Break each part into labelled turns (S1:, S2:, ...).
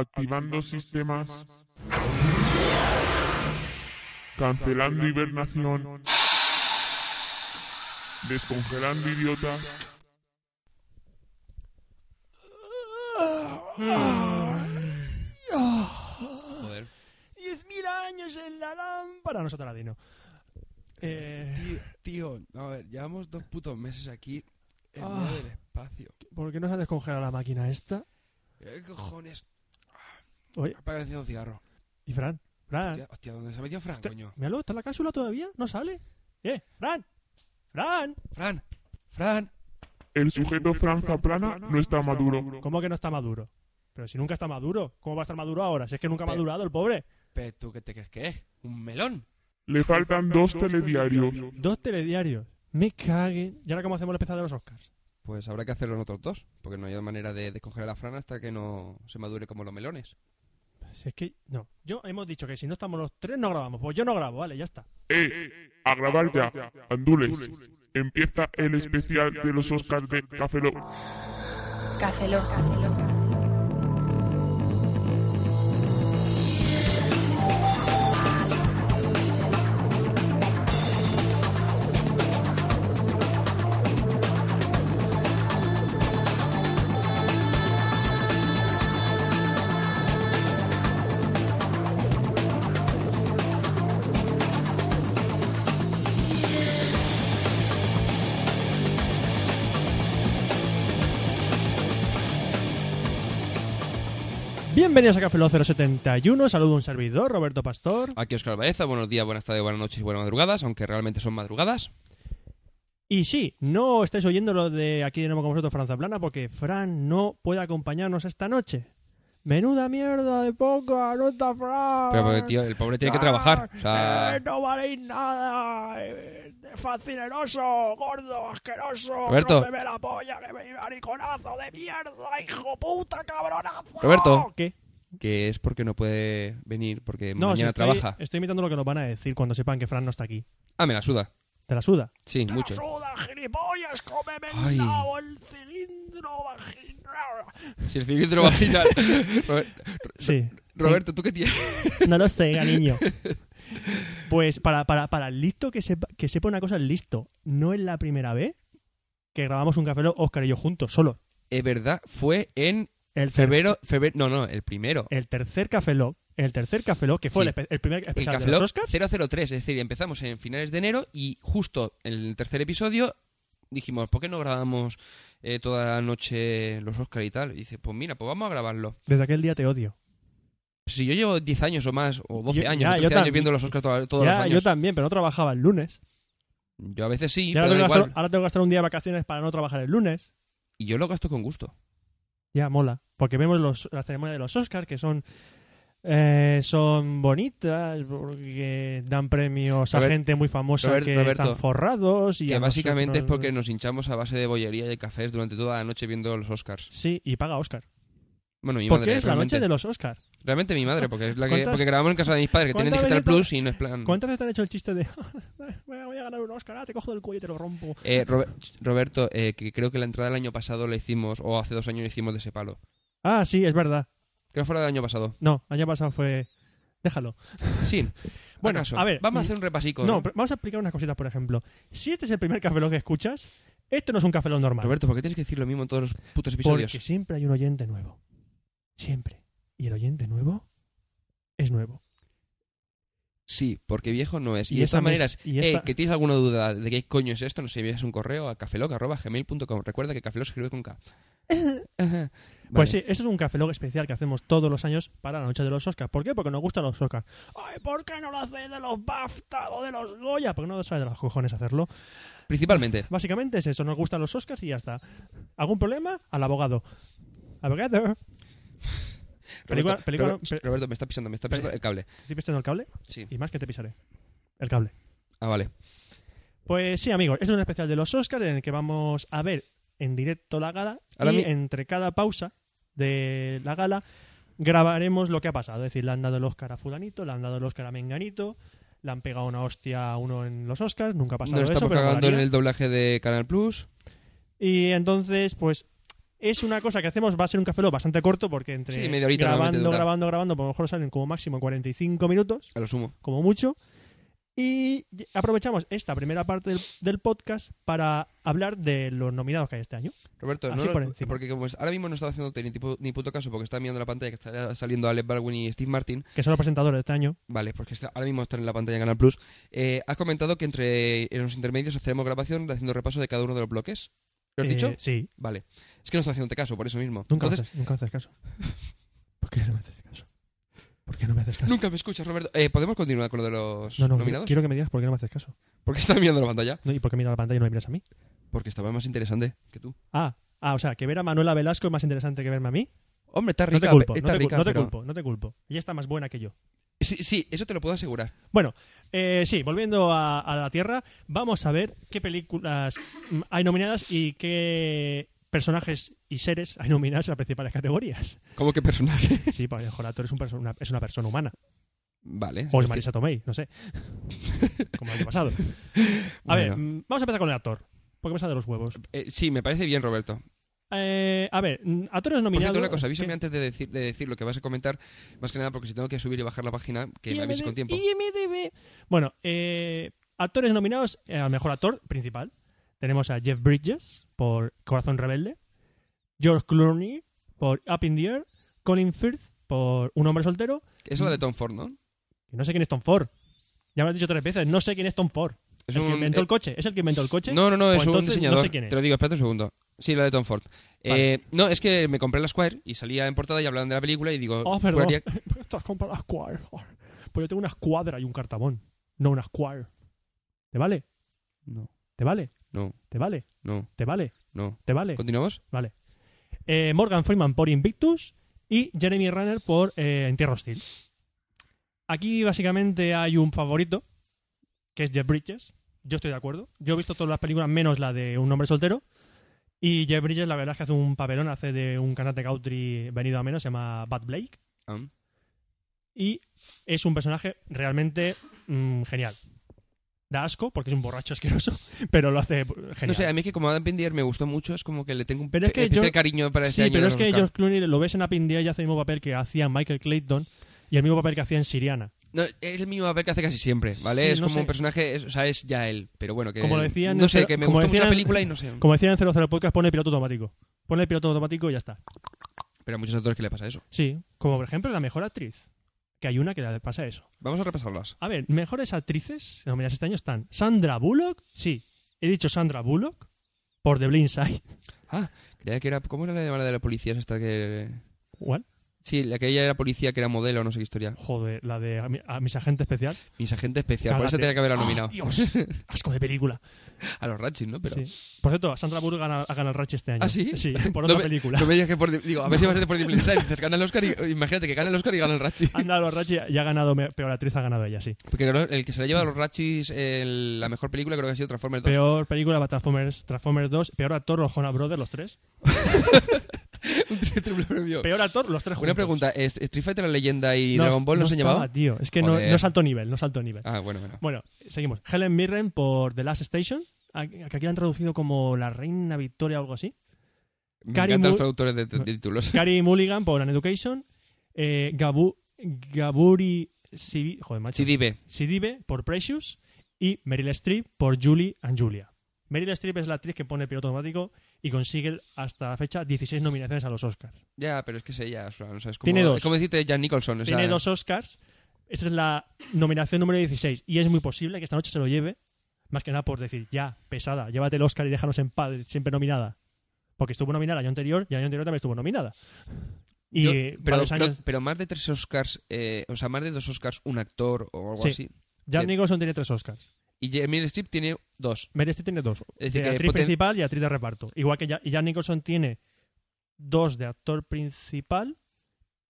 S1: activando sistemas, cancelando hibernación, descongelando idiotas.
S2: Joder.
S3: 10.000 años en la lámpara. No es Aladino. Eh,
S2: Tío, tío, a ver, llevamos dos putos meses aquí en
S3: Ah.
S2: medio del espacio.
S3: ¿Por qué no se ha descongelado la máquina esta?
S2: ¿Qué cojones?
S3: Oye.
S2: Apaga el enciendo un cigarro.
S3: Y Fran, Fran,
S2: Hostia, hostia, ¿dónde se ha metido Fran,
S3: Hostia.
S2: coño?
S3: míralo, está en la cápsula todavía, no sale. Eh, Fran, Fran,
S2: Fran, Fran.
S1: El sujeto franja plana no está maduro.
S3: ¿cómo que no está maduro? Pero si nunca está maduro, ¿cómo va a estar maduro ahora? Si es que nunca ha
S2: Pe-
S3: madurado el pobre.
S2: ¿Pero tú qué te crees que es? ¿Un melón?
S1: Le faltan dos telediarios.
S3: Dos telediarios, me caguen. ¿Y ahora cómo hacemos la especial de los Oscars?
S2: Pues habrá que hacerlo en otros dos, porque no hay manera de descongelar a Fran hasta que no se madure como los melones.
S3: Si es que, no, yo hemos dicho que si no estamos los tres no grabamos, pues yo no grabo, vale, ya está.
S1: Eh, a grabar ya, andules. Empieza el especial de los Oscars de Café Lock.
S4: Café Lock.
S3: Bienvenidos a Café Lock 071, saludo a un servidor, Roberto Pastor.
S2: Aquí Oscar Baeza, buenos días, buenas tardes, buenas noches y buenas madrugadas, aunque realmente son madrugadas.
S3: Y sí, no estáis oyendo lo de aquí de nuevo con vosotros, Franza Plana, porque Fran no puede acompañarnos esta noche. Menuda mierda de poca, no está Fran.
S2: Pero porque, tío, el pobre tiene que
S3: Ah.
S2: trabajar. O sea,
S3: Eh, no valéis nada. eh, Facineroso, gordo, asqueroso.
S2: Roberto.
S3: rompeme la polla, que me mariconazo de mierda, hijo puta, cabronazo.
S2: Roberto.
S3: ¿Qué?
S2: que es porque no puede venir, porque
S3: No, si
S2: mañana
S3: estoy,
S2: trabaja.
S3: Estoy imitando lo que nos van a decir cuando sepan que Fran no está aquí.
S2: Ah, me la suda.
S3: Te la suda.
S2: Sí,
S3: ¡Te
S2: mucho.
S3: la suda, gilipollas! ¡Cómeme
S2: Ay.
S3: el nabo, el cilindro vaginal!
S2: Si el cilindro vaginal. Robert-
S3: Sí.
S2: Roberto, ¿tú qué tienes?
S3: No lo sé, niño. Pues para, para, para el listo que sepa, que sepa una cosa, el listo. No es la primera vez que grabamos un café, Lock, Oscar y yo juntos, solo.
S2: Es verdad, fue en
S3: El ter-
S2: febrero. febrero no, no, el primero.
S3: El tercer café Lock, el tercer café Lock, que fue
S2: Sí.
S3: el, espe- el primer
S2: El
S3: especial
S2: Café
S3: de los
S2: Lock
S3: Oscars.
S2: 003, es decir, empezamos en finales de enero y justo en el tercer episodio dijimos, ¿por qué no grabamos eh, toda la noche los Oscars y tal? Y dice, pues mira, pues vamos a grabarlo.
S3: Desde aquel día te odio.
S2: Si yo llevo 10 años o más, o 12
S3: Yo-
S2: años,
S3: ya,
S2: o
S3: yo
S2: 13 años
S3: tam-
S2: viendo los Oscars to- todos
S3: Ya,
S2: los
S3: yo
S2: años.
S3: también, pero no trabajaba el lunes.
S2: Yo, a veces sí,
S3: Y
S2: pero
S3: ahora, tengo
S2: da
S3: que gastar-
S2: igual.
S3: ahora tengo que gastar un día de vacaciones para no trabajar el lunes.
S2: Y yo lo gasto con gusto.
S3: Ya, mola. Porque vemos los, la ceremonia de los Oscars, que son. eh, son bonitas porque dan premios a
S2: Robert-
S3: gente muy famosa
S2: Robert-
S3: que
S2: Roberto,
S3: están forrados y
S2: que
S3: a
S2: básicamente es
S3: nosotros-
S2: porque nos hinchamos a base de bollería y de cafés durante toda la noche viendo los Oscars.
S3: sí y paga Oscar
S2: Bueno, mi
S3: porque
S2: madre.
S3: es la
S2: realmente,
S3: noche de los Oscars
S2: realmente mi madre, porque es la que
S3: ¿Cuántas-
S2: porque grabamos en casa de mis padres que tienen
S3: cuántas
S2: Digital
S3: veces-
S2: Plus y no es plan.
S3: ¿cuántas veces te han hecho el chiste de voy a ganar un Oscar ah, te cojo del cuello y te lo rompo
S2: Eh, Robe- Roberto, eh, que creo que la entrada del año pasado la hicimos, o hace dos años la hicimos de ese palo.
S3: ah sí es verdad
S2: Creo que fue la del año pasado.
S3: no año pasado fue déjalo
S2: Sí.
S3: Bueno,
S2: ¿Acaso?
S3: a ver,
S2: Vamos a
S3: mm,
S2: hacer un repasico.
S3: no pero vamos a explicar unas cositas por ejemplo si este es el primer café Lock que escuchas esto no es un café Lock normal
S2: Roberto, ¿por qué tienes que decir lo mismo en todos los putos episodios?
S3: Porque siempre hay un oyente nuevo. Siempre. Y el oyente nuevo es nuevo.
S2: Sí, porque viejo no es. Y,
S3: Y
S2: de
S3: esa
S2: todas
S3: mes-
S2: maneras,
S3: y esta-
S2: eh, que tienes alguna duda de qué coño es esto, nos envías un correo a cafeloc.gmail.com. Recuerda que cafeloc se escribe con K. Ajá. Vale.
S3: Pues sí, eso es un café log especial que hacemos todos los años para la noche de los Oscars. ¿Por qué? Porque nos gustan los Oscars. Ay, ¿por qué no lo hacéis de los BAFTA o de los Goya? Porque no nos sale de los cojones hacerlo.
S2: Principalmente.
S3: Básicamente es eso, nos gustan los Oscars y ya está. ¿Algún problema? Al abogado. Abogado. Película-
S2: Roberto,
S3: película-
S2: Robert-
S3: pe-
S2: Roberto, me está pisando, me está pisando
S3: pe-
S2: el cable.
S3: ¿Te pisando el cable?
S2: Sí.
S3: Y más que te pisaré. El cable.
S2: Ah, vale.
S3: Pues sí, amigos, es un especial de los Oscars en el que vamos a ver en directo la gala
S2: Ahora
S3: y
S2: mi-
S3: entre cada pausa de la gala grabaremos lo que ha pasado. Es decir, le han dado el Oscar a fulanito, le han dado el Oscar a menganito, le han pegado una hostia a uno en los Oscars, nunca ha pasado
S2: Nos
S3: eso,
S2: estamos
S3: pero
S2: cagando en
S3: molaría.
S2: el doblaje de Canal Plus.
S3: Y entonces, pues es una cosa que hacemos, va a ser un café Lock bastante corto porque entre
S2: Sí, media horita normalmente
S3: grabando,
S2: dura.
S3: grabando, grabando, por lo mejor salen como máximo 45 minutos,
S2: A lo sumo.
S3: como mucho. Y aprovechamos esta primera parte del, del podcast para hablar de los nominados que hay este año.
S2: Roberto,
S3: Así
S2: no,
S3: por
S2: lo-
S3: encima.
S2: porque como es- ahora mismo no está haciéndote ni, tipo- ni puto caso porque está mirando la pantalla que está saliendo Alex Baldwin y Steve Martin,
S3: que son los presentadores de este año.
S2: vale, porque está- ahora mismo están en la pantalla en Canal Plus, eh, has comentado que entre en los intermedios hacemos grabación haciendo repaso de cada uno de los bloques. ¿Lo has
S3: Eh,
S2: dicho?
S3: Sí,
S2: Vale. Es que no está haciéndote caso, por eso mismo.
S3: nunca,
S2: Entonces,
S3: haces, nunca haces caso. ¿Por qué no me haces caso? ¿Por qué no me haces caso?
S2: nunca me escuchas, Roberto. Eh, ¿Podemos continuar con lo de los
S3: no, no,
S2: nominados?
S3: quiero que me digas por qué no me haces caso.
S2: ¿Por qué está mirando la pantalla?
S3: No, ¿Y por qué mira la pantalla y no me miras a mí?
S2: Porque estaba más interesante que tú.
S3: Ah, ah, o sea, que ver a Manuela Velasco es más interesante que verme a mí.
S2: Hombre, está
S3: No
S2: rica.
S3: te culpo, no
S2: está
S3: te, cul-
S2: rica,
S3: no te
S2: pero-
S3: culpo, no te culpo. Ella está más buena que yo.
S2: Sí, sí, eso te lo puedo asegurar.
S3: Bueno, eh, sí, volviendo a, a la Tierra, vamos a ver qué películas mm, hay nominadas y qué personajes y seres hay nominadas en las principales categorías.
S2: ¿Cómo que personaje?
S3: Sí, porque Jorator es, un perso- una- es una persona humana.
S2: Vale.
S3: O es
S2: Es
S3: Marisa Tomei, no sé. Como el año pasado. A
S2: Bueno.
S3: ver, mm, vamos a empezar con el actor. Porque me sale de los huevos.
S2: decir, eh, sí, me parece bien, Roberto.
S3: Eh, a ver, mm, actores
S2: Por
S3: nominados.
S2: cierto, una cosa, avísame
S3: ¿Qué?
S2: antes de decir, de decir lo que vas a comentar, más que nada porque si tengo que subir y bajar la página, que me avise
S3: IMDb.
S2: con tiempo.
S3: Bueno, eh, actores nominados eh, al mejor actor principal. Tenemos a Jeff Bridges por Corazón Rebelde, George Clooney por Up in the Air, Colin Firth por Un Hombre Soltero.
S2: Es la de
S3: mm,
S2: Tom Ford, ¿no?
S3: que no sé quién es Tom Ford. Ya me lo has dicho tres veces, no sé quién es Tom Ford.
S2: Es
S3: el que
S2: un-
S3: inventó
S2: eh,
S3: el coche. ¿Es el que inventó el coche?
S2: No, no, no,
S3: Pues
S2: es un
S3: entonces no
S2: diseñador.
S3: sé quién es.
S2: Te lo digo, espérate un segundo. Sí, la de Tom Ford.
S3: Vale.
S2: Eh, no, es que me compré la Square y salía en portada y hablaban de la película y digo,
S3: Oh, perdón.
S2: juraría-
S3: Estás comprando las Squire. Oh, Pues yo tengo una escuadra y un cartabón. No una Squire. ¿Te vale?
S2: No,
S3: ¿Te vale?
S2: no,
S3: ¿Te vale?
S2: no,
S3: ¿Te vale?
S2: no.
S3: ¿Te vale?
S2: ¿Continuamos?
S3: Vale. Eh, Morgan Freeman por Invictus y Jeremy Renner por eh, Entierro Hostil. Aquí básicamente hay un favorito, que es Jeff Bridges. Yo estoy de acuerdo. Yo he visto todas las películas menos la de Un hombre soltero. Y Jeff Bridges, la verdad es que hace un papelón, hace de un canate country venido a menos, se llama Bad Blake.
S2: Ah,
S3: Y es un personaje realmente mm, genial. Da asco porque es un borracho asqueroso, pero lo hace genial.
S2: No sé, a mí es que como Adam Pendier me gustó mucho, es como que le tengo un
S3: Pero es que
S2: pe- especial
S3: yo-
S2: cariño para este
S3: sí,
S2: año
S3: pero
S2: de
S3: es
S2: los
S3: que
S2: Oscar.
S3: George Clooney lo ves en Up in the Air y hace el mismo papel que hacía Michael Clayton y el mismo papel que hacía en Siriana.
S2: No, es el mismo papel que hace casi siempre, ¿vale?
S3: Sí,
S2: es
S3: no
S2: como
S3: sé.
S2: un personaje, es- o sea, es ya él, pero bueno, que...
S3: Como lo decían
S2: No
S3: en
S2: sé,
S3: cero-
S2: que me
S3: como
S2: gustó mucho la
S3: decían-
S2: película y no sé.
S3: Como decía en 00 Podcast, pone piloto automático. Pone el piloto automático y ya está.
S2: Pero a muchos actores que le pasa eso.
S3: Sí, como por ejemplo la mejor actriz. Que hay una que le pasa eso.
S2: Vamos a repasarlas.
S3: A ver, mejores actrices nominadas este año están Sandra Bullock. Sí, he dicho Sandra Bullock por The Blind Side.
S2: Creía que era... ¿Cómo era la llamada de la policía esta que...?
S3: ¿Cuál?
S2: Sí, la que ella era policía, que era modelo, no sé qué historia.
S3: Joder, la de a mi- a Mis Agentes Especial.
S2: Mis agentes especial. Por eso
S3: Cágate.
S2: tenía que haberla nominado.
S3: Dios, asco de película.
S2: A los Ratchis, ¿no? Pero...
S3: Sí. Por cierto, Sandra Bullock gana, ha ganado el Ratchet este año.
S2: ¿Ah, sí?
S3: Sí, por
S2: No
S3: otra
S2: me-
S3: película.
S2: No me digas que por... Digo, a ver si va a ser por Discipline Side. Dices, gana el Oscar y... Imagínate que gana el Oscar y gana el Ratchis.
S3: Han dado los Ratchet y ha ganado, me- peor actriz ha ganado ella, sí.
S2: Porque creo el que se le lleva a los Ratchis el- la mejor película creo que ha sido Transformers 2.
S3: Peor película va Transformers, Transformers 2, peor actor los Jonas Brothers, los tres.
S2: Un tri- triple premio.
S3: Peor actor los tres
S2: Una
S3: juntos.
S2: pregunta. ¿es- ¿Street Fighter, La Leyenda y Dragon Ball no, se han
S3: estaba,
S2: llevado?
S3: tío. Es que no,
S2: Joder.
S3: no salto nivel, no salto nivel.
S2: Ah, bueno, bueno.
S3: Bueno, seguimos. Helen Mirren por The Last Station, a- que aquí la han traducido como La Reina Victoria o algo así.
S2: Me
S3: Carrie
S2: encantan los
S3: Moore-
S2: traductores de, de- de títulos.
S3: Gary Mulligan por An Education. Eh, Gabu, Gaburi Sibi, joder, macho.
S2: CDB.
S3: Sidibe por Precious y Meryl Streep por Julie and Julia. Meryl Streep es la actriz que pone el piloto automático y consigue hasta la fecha 16 nominaciones a los Oscars.
S2: Ya, pero es que es ella. o sea, no sabes, como,
S3: Tiene dos.
S2: Es como decirte Jan Nicholson. o sea,
S3: Tiene dos Oscars. Esta es la nominación número 16 y es muy posible que esta noche se lo lleve. Más que nada por decir, ya, pesada, llévate el Oscar y déjanos en paz, siempre nominada. Porque estuvo nominada el año anterior y el año anterior también estuvo nominada. Y
S2: Yo-
S3: eh,
S2: pero,
S3: varios
S2: creo-
S3: años.
S2: pero más de tres Oscars, eh, o sea, más de dos Oscars, un actor o algo
S3: Sí.
S2: así.
S3: Jack
S2: que-
S3: Nicholson tiene tres Oscars.
S2: Y Jeremy Strip tiene dos.
S3: Meryl Streep tiene dos.
S2: Es
S3: de
S2: decir, que
S3: actriz
S2: poten-
S3: principal y actriz de reparto. Igual que ya, y Jack Nicholson tiene dos de actor principal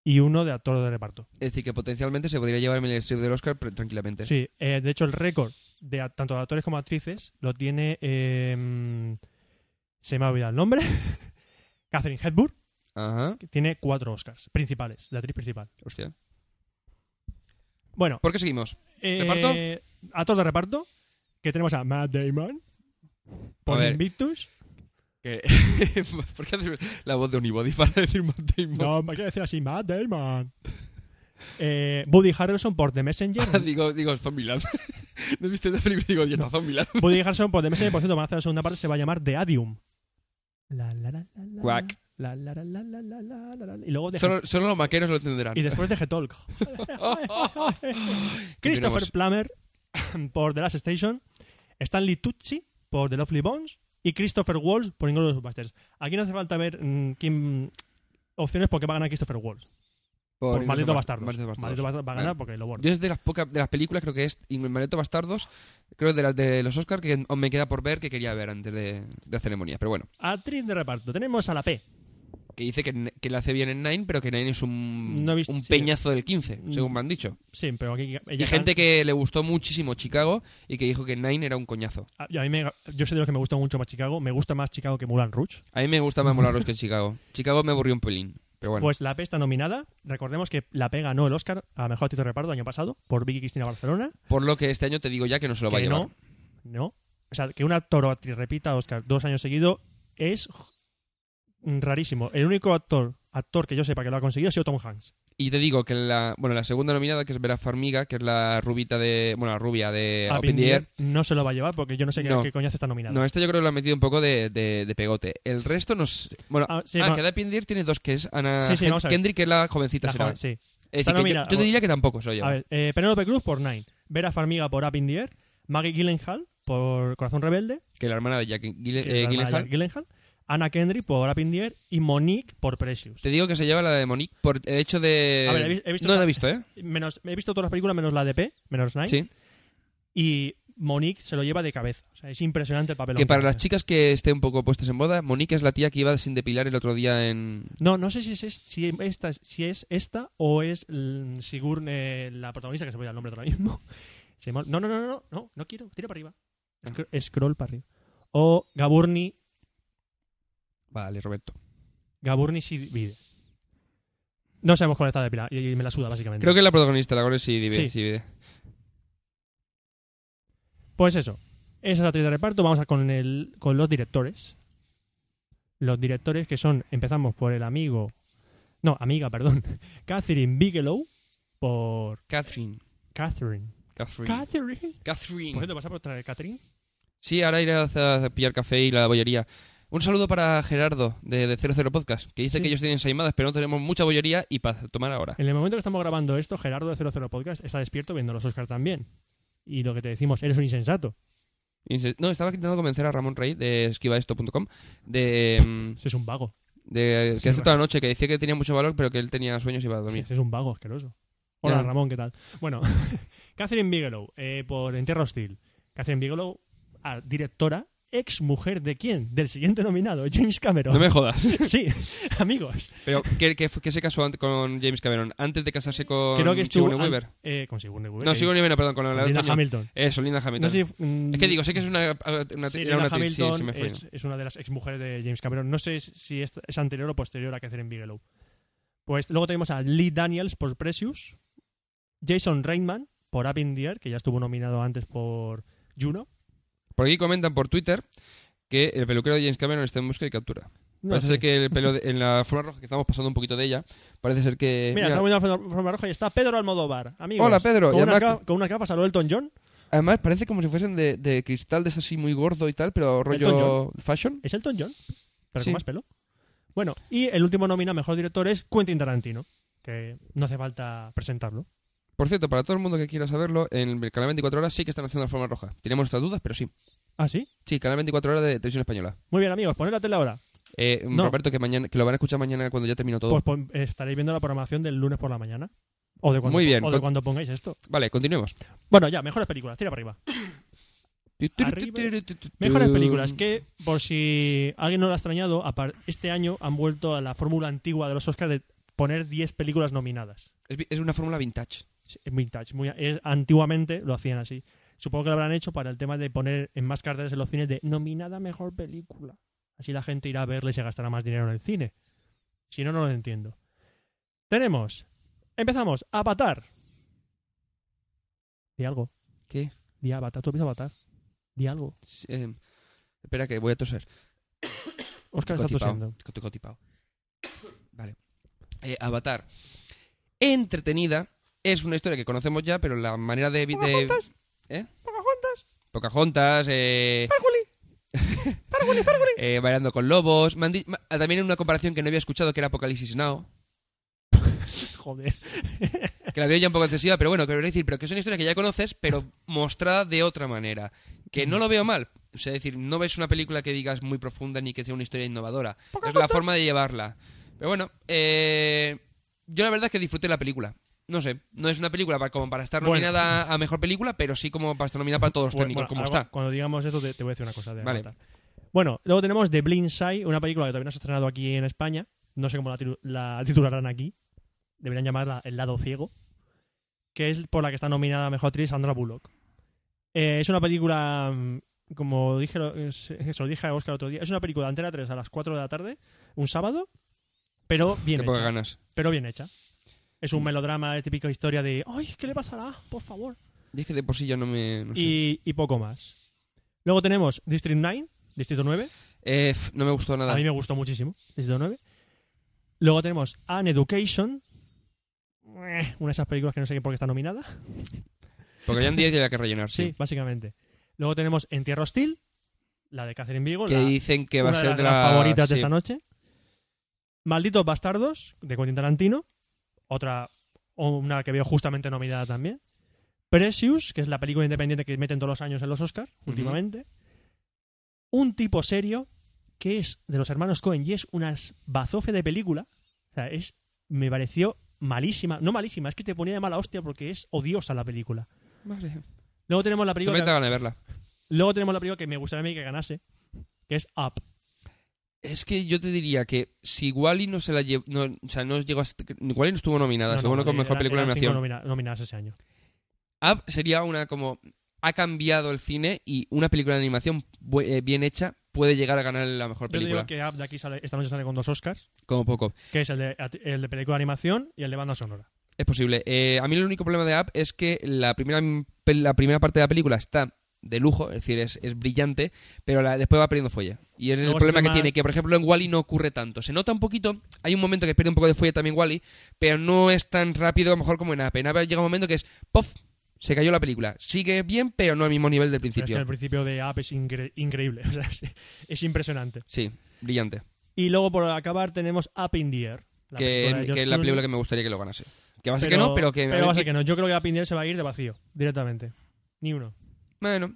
S3: y uno de actor de reparto.
S2: es decir, que potencialmente se podría llevar Meryl Strip del Oscar pre- tranquilamente.
S3: Sí, eh, de hecho el récord de a- tanto de actores como actrices lo tiene... eh, se me ha olvidado el nombre. Catherine Hepburn,
S2: Ajá.
S3: que tiene cuatro Oscars principales, la actriz principal.
S2: Hostia.
S3: Bueno,
S2: ¿Por qué seguimos?
S3: eh,
S2: ¿Reparto?
S3: actor de reparto, que tenemos a Matt Damon
S2: A
S3: por
S2: ver.
S3: Invictus.
S2: Que- ¿Por qué haces la voz de Unibody para decir Matt Damon?
S3: No, me quiero decir así, Matt Damon. Eh, Woody Harrelson por The Messenger.
S2: Ah, digo, digo, Zombieland. ¿No viste la película? Digo, ya está Zombieland.
S3: Woody Harrelson por The Messenger, por cierto, van a hacer la segunda parte, se va a llamar The Adium. La, la, la, la, la,
S2: Quack.
S3: la, la, la, la, la, la, la, la, la. Y luego de
S2: Solo, solo los maqueros lo entenderán. Oh,
S3: Y después de G-Talk. Christopher
S2: Continuamos.
S3: Plummer por The Last Station. Stanley Tucci por The Lovely Bones. Y Christopher Walls por Inglourious Basterds. Aquí no hace falta ver mm, quién- opciones porque va a ganar Christopher Walls. Por,
S2: Inglourious
S3: Maldito
S2: Bas-
S3: Bastardos.
S2: Malditos Bastardos.
S3: Maldito Bastardos va a ganar
S2: Vale.
S3: porque lo borra.
S2: Yo es de las pocas de las películas creo que es y Maldito Bastardos, creo de las de los Oscars que aún me queda por ver que quería ver antes de, de la ceremonia, pero bueno,
S3: Actriz de reparto. Tenemos a la P.
S2: que dice que, que le hace bien en Nine, pero que Nine es un,
S3: No he visto-
S2: un
S3: sí.
S2: peñazo del 15, según me han dicho.
S3: Sí, pero aquí...
S2: Y
S3: ella-
S2: hay gente que le gustó muchísimo Chicago y que dijo que Nine era un coñazo.
S3: a- a mí me- yo soy de los que me gusta mucho más Chicago. Me gusta más Chicago que Mulan Rouge.
S2: A mí me gusta más Molaros que Chicago. Chicago me aburrió un pelín, pero bueno.
S3: Pues la P está nominada. Recordemos que la P ganó el Oscar a Mejor Actriz de Reparto el año pasado por Vicky Cristina Barcelona.
S2: por lo que este año te digo ya que no se lo va a
S3: que
S2: llevar.
S3: no, no. O sea, que un actor o actriz repita Oscar dos años seguido es rarísimo. El único actor, actor que yo sepa que lo ha conseguido ha sido Tom Hanks.
S2: Y te digo que la, bueno, la segunda nominada, que es Vera Farmiga, que es la rubita de. Bueno, la rubia de
S3: A
S2: Up in the Air.
S3: no se lo va a llevar porque yo no sé qué,
S2: Eh, No.
S3: qué coñazo está nominado.
S2: No, esta yo creo que lo ha metido un poco de, de- de pegote. El resto nos. Bueno,
S3: Ah,
S2: ah,
S3: sí, no.
S2: que de Up in the Air tiene dos, que es Ana
S3: Sí, sí,
S2: Hen-
S3: vamos a ver.
S2: Kendrick, que es la jovencita.
S3: La
S2: será.
S3: joven, sí.
S2: Es
S3: Está
S2: decir, que yo,
S3: nominada.
S2: yo te diría que tampoco se lo lleva.
S3: A ver, eh, Penélope Cruz por Nine, Vera Farmiga por Up in the Air, Maggie Gyllenhaal por Corazón Rebelde,
S2: Que la hermana de Jack Gille-
S3: que es
S2: eh,
S3: la hermana de
S2: Gyllenhaal.
S3: Jack Gyllenhaal, Ana Kendrick por Up in the Air y Monique por Precious.
S2: Te digo que se lleva la de Monique por el hecho de.
S3: A ver, he vi- he visto
S2: no
S3: esa-
S2: la he visto, ¿eh?
S3: Menos, he visto todas las películas menos la de P, menos Nine,
S2: Sí.
S3: y Monique se lo lleva de cabeza. O sea, es impresionante el papel.
S2: Que para las chicas que estén un poco puestas en moda, Monique es la tía que iba sin depilar el otro día en.
S3: No, no sé si es, es- si esta, si es esta o es mm, Sigourney, la protagonista, que se me olvida el nombre ahora mismo. Se me ol- no, no, no, no, no, no, no quiero, tira para arriba.
S2: Ah.
S3: Scro- scroll para arriba. O Gaburni,
S2: Vale, Roberto.
S3: Gaburni Sidvide. No sabemos cuál está de pila y, y me la suda, básicamente.
S2: Creo que es la protagonista, la Gore sí,
S3: Sí.
S2: divide, sí. divide.
S3: Pues eso. Esa es la actriz de reparto. Vamos a con, el, con los directores. Los directores que son, empezamos por el amigo, no, amiga, perdón, Catherine Bigelow, por
S2: Catherine.
S3: Catherine.
S2: Catherine.
S3: Catherine.
S2: Catherine.
S3: Por cierto, ¿vas a por Catherine?
S2: Sí, ahora iré a, hacer- a pillar café y la bollería. Un saludo para Gerardo de, de 00 Podcast, que dice
S3: Sí.
S2: que ellos tienen saimadas, pero no tenemos mucha bollería y para tomar ahora.
S3: En el momento que estamos grabando esto, Gerardo de 00 Podcast está despierto viendo los Oscars también. Y lo que te decimos, eres un insensato.
S2: Y dice- No, estaba intentando convencer a Ramón Rey de esquivaesto.com de, mm,
S3: Ese es un vago.
S2: de que
S3: Sí,
S2: hace
S3: va.
S2: toda la noche, que decía que tenía mucho valor, pero que él tenía sueños y iba a dormir.
S3: Ese es un vago asqueroso. Hola,
S2: Ya.
S3: Ramón, ¿qué tal? Bueno, Catherine Bigelow, eh, por Entierro Hostil. Catherine Bigelow, ah, directora, ex mujer de quién? Del siguiente nominado, James Cameron.
S2: No me jodas.
S3: Sí, amigos.
S2: Pero que, que, fue- que se casó ante- con James Cameron antes de casarse con
S3: Creo que estuvo.
S2: Sigourney
S3: an-
S2: Weaver.
S3: eh, con Sigourney Weaver.
S2: No,
S3: eh,
S2: Sigourney Weaver, no, perdón, con la
S3: con Linda Hamilton.
S2: Eso, Linda Hamilton.
S3: No sé si- mm,
S2: Es que digo, sé que es una, una,
S3: Sí,
S2: era una
S3: Linda
S2: actriz, sí,
S3: Hamilton
S2: se me fue.
S3: es, es una de las exmujeres de James Cameron. No sé si es, es anterior o posterior a Catherine Bigelow. Pues luego tenemos a Lee Daniels por Precious, Jason Reitman por Up in the Air, que ya estuvo nominado antes por Juno.
S2: Por aquí comentan por Twitter que el peluquero de James Cameron está en busca y captura.
S3: No
S2: parece
S3: sé.
S2: ser que el pelo de- en la forma roja que estamos pasando un poquito de ella, parece ser que.
S3: Mira,
S2: mira,
S3: está nominado en forma roja y está Pedro Almodóvar. Amigos,
S2: hola Pedro.
S3: Con,
S2: Y
S3: una
S2: además,
S3: ca- con unas gafas a lo Elton John.
S2: además parece como si fuesen de, de cristal de ese así muy gordo y tal, pero rollo
S3: Elton
S2: fashion.
S3: ¿Es Elton John? Pero
S2: Sí.
S3: con más pelo. Bueno, y el último nominado a mejor director es Quentin Tarantino, que no hace falta presentarlo.
S2: Por cierto, para todo el mundo que quiera saberlo, en el canal 24 horas sí que están haciendo la forma roja. Tenemos nuestras dudas, pero sí.
S3: ¿Ah, sí?
S2: Sí, canal 24 horas de televisión española.
S3: Muy bien, amigos, poned la tele ahora.
S2: Eh,
S3: No.
S2: Roberto, que mañana que lo van a escuchar mañana cuando ya termino todo.
S3: Pues pon- estaréis viendo la programación del lunes por la mañana. O de cuando,
S2: Muy bien,
S3: o de
S2: con-
S3: cuando pongáis esto.
S2: Vale, continuemos.
S3: Bueno, ya, mejores películas, tira para arriba. Arriba. Mejores películas, que por si alguien no lo ha extrañado, apar- este año han vuelto a la fórmula antigua de los Oscars de poner 10 películas nominadas.
S2: Es vi- es una fórmula vintage.
S3: Sí, Es vintage, muy, es- antiguamente lo hacían así. Supongo que lo habrán hecho para el tema de poner en más carteles en los cines de nominada mejor película. Así la gente irá a verla y se gastará más dinero en el cine. Si no, no lo entiendo. Tenemos. Empezamos. Avatar. Di algo.
S2: ¿Qué?
S3: Di Avatar. ¿Tú has visto Avatar? Di algo.
S2: Sí, eh, espera que voy a toser.
S3: Oscar está
S2: Cotipao,
S3: tosiendo.
S2: co- cotipao. Vale. Eh, Avatar. Entretenida. Es una historia que conocemos ya, pero la manera de... de-
S3: ¿Pocahontas?
S2: ¿Eh?
S3: ¿Pocahontas?
S2: Pocahontas, eh,
S3: ¡Ferguli! ¡Ferguli, Ferguli!
S2: eh, Bailando con Lobos. Me han di- ma- también una comparación que no había escuchado, que era Apocalipsis Now.
S3: Joder.
S2: Que la veo ya un poco excesiva, pero bueno, quiero decir, pero que es una historia que ya conoces, pero mostrada de otra manera. Que no lo veo mal. O sea, es decir, no ves una película que digas muy profunda ni que sea una historia innovadora. Es la forma de llevarla. Pero bueno, eh, yo la verdad es que disfruté la película. No sé, no es una película para, como para estar
S3: Bueno.
S2: nominada a mejor película, pero sí como para estar nominada para todos los
S3: Bueno,
S2: técnicos,
S3: bueno,
S2: como
S3: algo-
S2: está.
S3: Cuando digamos eso, te, te voy a decir una cosa. De
S2: Vale.
S3: Avatar. Bueno, luego tenemos The Blind Side, una película que todavía no se ha estrenado aquí en España. No sé cómo la, tiru- la titularán aquí. Deberían llamarla El lado ciego. Que es por la que está nominada a mejor actriz Sandra Bullock. Eh, es una película, mm, como dije, lo- eh, se se lo dije a Oscar el otro día, es una película de Antena 3 a las 4 de la tarde, un sábado, pero bien
S2: Qué pocas
S3: hecha
S2: ganas.
S3: pero bien hecha. Es
S2: Mm.
S3: un melodrama, de típica historia de, ay, ¿qué le pasará? Por favor.
S2: Y es que de por sí ya no me. No, sé.
S3: Y, y poco más. Luego tenemos District 9, Distrito 9.
S2: Eh, pf, no me gustó nada.
S3: A mí me gustó muchísimo, Distrito 9. Luego tenemos An Education. Eh, Una de esas películas que no sé por qué está nominada.
S2: Porque ya en 10 ya había que rellenar,
S3: Sí,
S2: sí.
S3: básicamente. Luego tenemos En Tierra Hostil, la de Catherine Vigo,
S2: Que
S3: la,
S2: dicen que va a
S3: una
S2: ser
S3: de
S2: de
S3: las
S2: la.
S3: favoritas de
S2: sí.
S3: esta noche. Malditos Bastardos, de Quentin Tarantino. Otra, o una que veo justamente nominada también. Precious, que es la película independiente que meten todos los años en los Oscars, últimamente. Un tipo serio, que es de los hermanos Cohen y es una bazofe de película. O sea, es, me pareció malísima. No malísima, es que te ponía de mala hostia porque es odiosa la película.
S2: Vale.
S3: Luego tenemos la
S2: Tú me
S3: película,
S2: da
S3: que,
S2: ganas de verla.
S3: luego tenemos la película que me gustaría a mí que ganase, que es Up.
S2: Es que yo te diría que si Wally no se la llevó. No, o sea, no llegó a. Wally no estuvo nominada,
S3: No,
S2: seguro
S3: no,
S2: con
S3: eran-
S2: mejor película de
S3: eran cinco
S2: animación.
S3: nomina- nominadas ese año.
S2: Up sería una como. Ha cambiado el cine y una película de animación bu- eh, bien hecha puede llegar a ganar la mejor
S3: Yo te digo
S2: película.
S3: que Up de aquí sale, esta noche sale con dos Oscars,
S2: Como poco.
S3: que es el de, at- el de película de animación y el de banda sonora.
S2: Es posible. Eh, a mí el único problema de App es que la primera, la primera parte de la película está de lujo, es decir, es, es brillante, pero la, después va perdiendo folla. Y es el
S3: Luego se
S2: problema que
S3: llama-
S2: tiene, que por ejemplo en Wally no ocurre tanto. Se nota un poquito, hay un momento que pierde un poco de folla también Wally, pero no es tan rápido a lo mejor como en App. En App llega un momento que es, ¡pof! Se cayó la película. Sigue bien, pero no al mismo nivel del
S3: Pero es que
S2: principio.
S3: el principio de Up es incre- increíble, o sea, es, es impresionante.
S2: Sí, brillante.
S3: Y luego por acabar tenemos Up in the Air. la
S2: que
S3: película de
S2: que
S3: George
S2: es la
S3: Clooney,
S2: película que me gustaría que lo ganase. Que va a ser que no, pero que...
S3: va a ser que no. Yo creo que Up in the Air se va a ir de vacío, directamente. Ni uno.
S2: Bueno,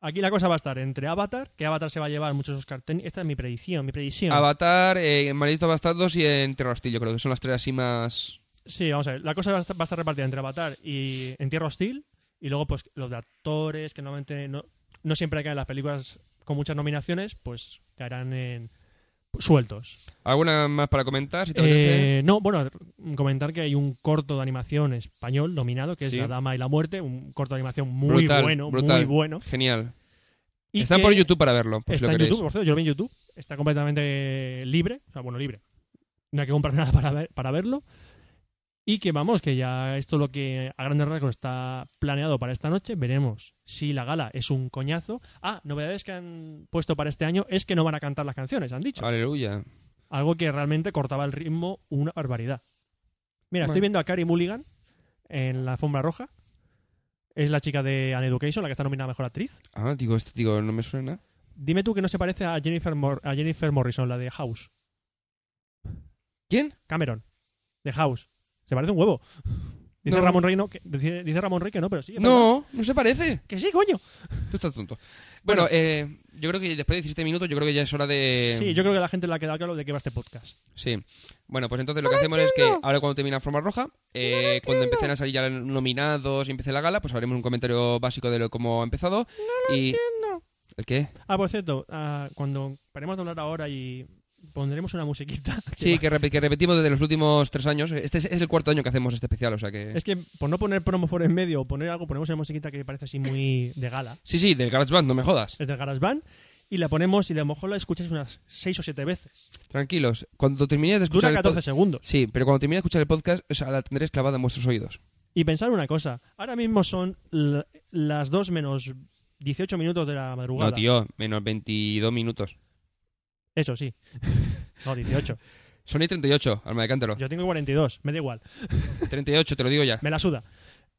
S3: Aquí la cosa va a estar entre Avatar, que Avatar se va a llevar muchos Oscars. Ten- Esta es mi predicción, mi predicción.
S2: Avatar, eh, en Malditos Bastardos y en Terror Hostil, yo creo que son las tres así más...
S3: Sí, vamos a ver. La cosa va a estar, va a estar repartida entre Avatar y En Tierra Hostil. Y luego, pues, los de actores, que normalmente no, no siempre caen en las películas con muchas nominaciones, pues caerán en sueltos.
S2: ¿Alguna más para comentar? Si te apetece?
S3: Eh, no, bueno, comentar que hay un corto de animación español nominado, que es
S2: Sí.
S3: La Dama y la Muerte, un corto de animación muy
S2: Brutal,
S3: bueno,
S2: brutal.
S3: muy bueno.
S2: Genial.
S3: Y
S2: Está
S3: que
S2: por YouTube para verlo, por si
S3: está
S2: Pues lo
S3: en
S2: queréis.
S3: YouTube, por cierto, yo lo vi en YouTube. Está completamente libre, o sea, bueno, libre. No hay que comprar nada para, ver- para verlo. Y que vamos, que ya esto lo que a grandes rasgos está planeado para esta noche, veremos si la gala es un coñazo. Ah, novedades que han puesto para este año es que no van a cantar las canciones, han dicho.
S2: Aleluya.
S3: Algo que realmente cortaba el ritmo una barbaridad. Mira, estoy
S2: Bueno.
S3: viendo a Carrie Mulligan en la alfombra roja. Es la chica de An Education, la que está nominada a Mejor Actriz.
S2: Ah, digo, esto, digo, no me suena.
S3: Dime tú que no se parece a Jennifer, Mor- a Jennifer Morrison, la de House.
S2: ¿Quién?
S3: Cameron, de House. Se parece un huevo. Dice
S2: No.
S3: Ramón Rey no, que, dice, dice Ramón Rey que no, pero sí. es verdad.
S2: No, no se parece.
S3: Que sí, coño.
S2: Tú estás tonto.
S3: Bueno.
S2: Bueno, eh, yo creo que después de 17 minutos, yo creo que ya es hora de...
S3: Sí, yo creo que la gente le ha quedado claro de qué va este podcast.
S2: Sí. Bueno, pues entonces lo que hacemos es que ahora cuando termina Forma Roja, eh, cuando empiecen a salir ya nominados y empiece la gala, pues haremos un comentario básico de lo, cómo ha empezado. y... ¿El qué?
S3: Ah, por cierto, ah, cuando paremos de hablar ahora y pondremos una musiquita. que
S2: Sí,
S3: va-
S2: que, repe- que repetimos desde los últimos tres años. Este es, es el cuarto año que hacemos este especial, o sea que...
S3: Es que por no poner promos por en medio o poner algo, ponemos una musiquita que parece así muy de gala.
S2: Sí, sí, del GarageBand, no me jodas.
S3: Es del GarageBand. Y la ponemos y a lo mejor la escuchas unas 6 o 7 veces.
S2: Tranquilos, cuando terminéis de
S3: Dura
S2: escuchar el
S3: 14
S2: podcast...
S3: segundos.
S2: Sí, pero cuando terminéis de escuchar el podcast, o sea, la tendréis clavada en vuestros oídos.
S3: Y pensar una cosa, ahora mismo son l- las 2 menos 18 minutos de la madrugada.
S2: No, tío, menos 22 minutos.
S3: Eso sí. No, 18.
S2: Sony 38, alma de cántaro.
S3: Yo tengo 42, me da igual.
S2: 38, te lo digo ya.
S3: Me la suda.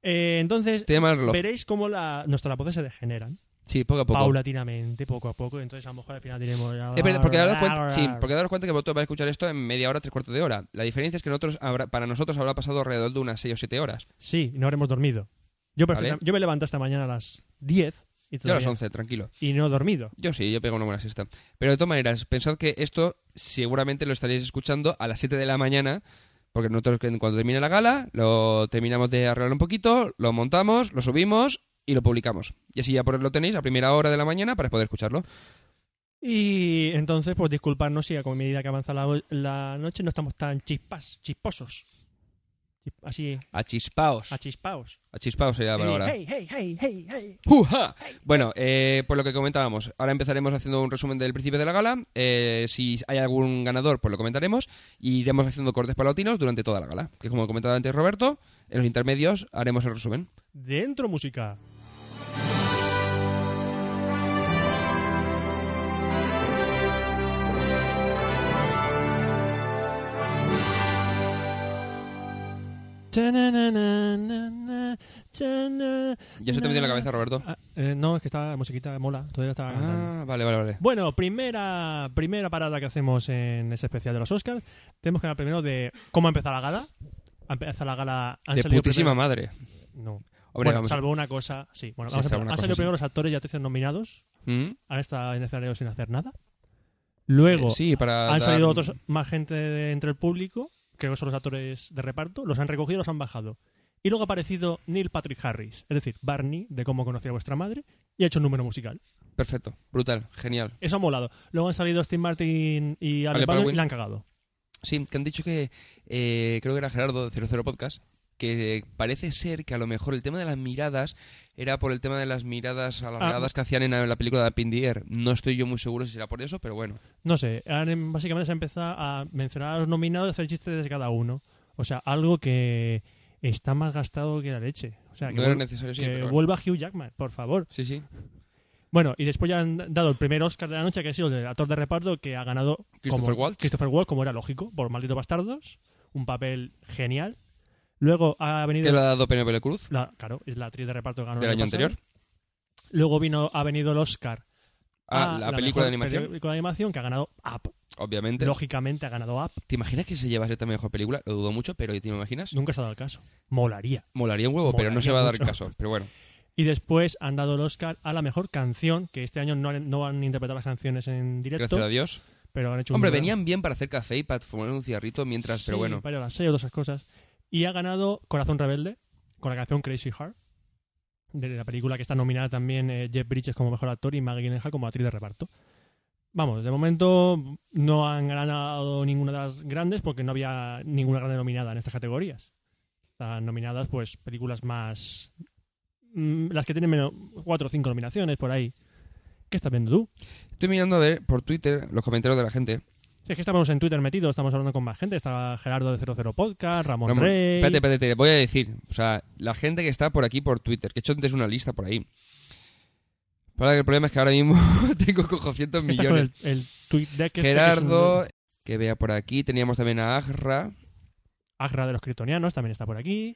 S3: Eh, entonces,
S2: Te llama el reloj.
S3: veréis cómo la, nuestras voces se degeneran.
S2: Sí, poco a poco.
S3: Paulatinamente, poco a poco. Entonces, a lo mejor al final diremos. "Ah,
S2: Es verdad, porque daros cuenta, sí, porque daros cuenta que vosotros vais a escuchar esto en media hora, tres cuartos de hora. La diferencia es que nosotros habrá- para nosotros habrá pasado alrededor de unas seis o siete horas.
S3: Sí, no habremos dormido. Yo, perfecta-
S2: Vale.
S3: yo me levanto esta mañana a las 10 y,
S2: Yo a las
S3: todavía-
S2: 11, tranquilo.
S3: y no he dormido.
S2: Yo sí, yo pego una buena siesta. Pero de todas maneras, pensad que esto seguramente lo estaréis escuchando a las 7 de la mañana, porque nosotros que- cuando termine la gala, lo terminamos de arreglar un poquito, lo montamos, lo subimos y lo publicamos. Y así ya por lo tenéis a primera hora de la mañana para poder escucharlo.
S3: Y entonces, pues disculparnos si a medida que avanza la, la noche no estamos tan chispas, chisposos. Chisp- Así,
S2: Achispaos.
S3: achispaos.
S2: Achispaos sería la
S3: Hey,
S2: palabra.
S3: hey, hey, hey, hey, hey.
S2: ¡Juja! Bueno, eh, por lo que comentábamos, ahora empezaremos haciendo un resumen del principio de la gala. Eh, si hay algún ganador, pues lo comentaremos. Y iremos haciendo cortes palatinos durante toda la gala. Que como comentaba antes Roberto, en los intermedios haremos el resumen.
S3: Dentro música. Chananana, chana-
S2: Ya se te metió en la cabeza, Roberto.
S3: Ah, eh, no, es que estaba la musiquita mola, todavía estaba cantando.
S2: Ah, vale, vale, vale.
S3: Bueno, primera, primera parada que hacemos en ese especial de los Oscars. Tenemos que hablar primero de cómo empezar la gala. Empieza la gala. han
S2: De
S3: salido
S2: putísima
S3: primero-
S2: madre.
S3: No.
S2: Hombre,
S3: Bueno,
S2: vamos.
S3: salvo una cosa. Sí, bueno, vamos a
S2: Sí, salvo
S3: empezar.
S2: una
S3: Han
S2: cosa,
S3: salido
S2: sí.
S3: primero los actores y actrices nominados.
S2: ¿Mm?
S3: Ahora está en escenario sin hacer nada.
S2: Eh,
S3: Luego
S2: sí, para
S3: han
S2: dar-
S3: salido otros más gente de- entre el público. Creo que son los actores de reparto. Los han recogido, los han bajado. Y luego ha aparecido Neil Patrick Harris, es decir, Barney, de cómo conocía a vuestra madre, y ha hecho un número musical.
S2: Perfecto, brutal, genial.
S3: Eso ha molado. Luego han salido Steve Martin y Ale
S2: Ale
S3: Baldwin
S2: Baldwin.
S3: y la han cagado.
S2: Sí, que han dicho que eh, creo que era Gerardo de 00 Podcast, que parece ser que a lo mejor el tema de las miradas era por el tema de las miradas a las
S3: Ah.
S2: miradas que hacían en la, en la película de Pindier. No estoy yo muy seguro si será por eso, pero bueno.
S3: No sé, han, em, básicamente se ha empezado a mencionar a los nominados y hacer chistes de cada uno. O sea, algo que está más gastado que la leche. O sea, que,
S2: no era
S3: vuel-
S2: necesario, sí,
S3: que
S2: pero bueno.
S3: vuelva Hugh Jackman, por favor.
S2: Sí, sí.
S3: Bueno, y después ya han dado el primer Oscar de la noche, que ha sido el de actor de reparto, que ha ganado
S2: Christopher
S3: como,
S2: Waltz.
S3: Christopher Waltz, como era lógico, por Malditos Bastardos. Un papel genial. Luego ha
S2: Que
S3: venido...
S2: lo ha dado Penélope Cruz
S3: la- claro, es la actriz de reparto que ganó
S2: del
S3: el
S2: año
S3: pasado.
S2: anterior.
S3: Luego vino, ha venido el Oscar
S2: Ah,
S3: a
S2: la, película de
S3: mejor
S2: animación,
S3: película de animación que ha ganado Up.
S2: obviamente.
S3: Lógicamente ha ganado Up.
S2: ¿Te imaginas que se llevase también mejor película? Lo dudo mucho, pero ¿te imaginas?
S3: Nunca se ha dado el caso. Molaría.
S2: Molaría un huevo, pero no se va a dar
S3: Molaría mucho.
S2: caso. Pero bueno.
S3: Y después han dado el Oscar a la mejor canción, que este año no han, no han interpretado las canciones en directo,
S2: Gracias a Dios.
S3: pero han hecho
S2: Hombre,
S3: un...
S2: venían bien para hacer café y para fumar un cigarrito mientras,
S3: Sí,
S2: pero bueno.
S3: para las seis o todas esas cosas. Y ha ganado Corazón Rebelde con la canción Crazy Heart, de la película que está nominada también eh, Jeff Bridges como mejor actor y Maggie Gyllenhaal como actriz de reparto. Vamos, de momento no han ganado ninguna de las grandes porque no había ninguna grande nominada en estas categorías. Están nominadas, pues, películas más. mm, las que tienen menos. cuatro o cinco nominaciones por ahí. ¿Qué estás viendo tú?
S2: Estoy mirando a ver por Twitter los comentarios de la gente.
S3: Si es que estamos en Twitter metidos, estamos hablando con más gente. Está Gerardo de 00 Podcast, Ramón,
S2: Ramón,
S3: Rey.
S2: Espérate, espérate, te voy a decir. O sea, la gente que está por aquí por Twitter, que he hecho antes una lista por ahí. Para que el problema es que ahora mismo tengo cojocientos
S3: Estás con
S2: millones.
S3: el, el tweet deck este, que
S2: Gerardo,
S3: es un-
S2: que vea por aquí. Teníamos también a Agra,
S3: Agra de los Kryptonianos también está por aquí.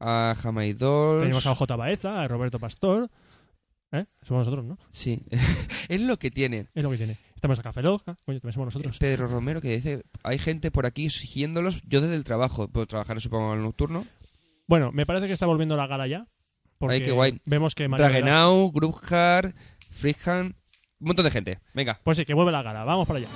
S2: a Jamaidol.
S3: Tenemos a OJ Baeza, a Roberto Pastor. ¿Eh? Somos nosotros, ¿no?
S2: Sí, es lo que tiene.
S3: Es lo que tiene. Estamos a Café Log. Ah, coño, también somos nosotros.
S2: Pedro Romero que dice, hay gente por aquí siguiéndolos, yo desde el trabajo, puedo trabajar supongo al nocturno.
S3: Bueno, me parece que está volviendo la gala ya. Porque
S2: Ay, qué guay.
S3: vemos que María Velasco-
S2: Dragenau, Grubhard, Frijan, un montón de gente. Venga,
S3: Pues sí, que vuelve la gala. Vamos para allá.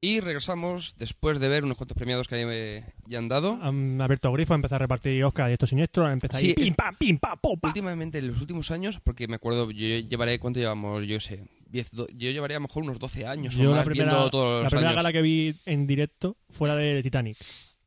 S2: y regresamos después de ver unos cuantos premiados que eh, ya han dado.
S3: Han abierto grifo, ha empezado a repartir Oscar y esto siniestro. Han empezado
S2: Sí,
S3: ahí. Pim,
S2: es-
S3: pam, pim, pam, pum, pam.
S2: Últimamente, en los últimos años, porque me acuerdo, yo llevaré, ¿cuánto llevamos? Yo sé, 10, do- yo llevaría a lo mejor unos 12 años o
S3: Yo
S2: más
S3: la primera,
S2: viendo todos
S3: la
S2: los
S3: primera
S2: años.
S3: gala que vi en directo fue la de Titanic.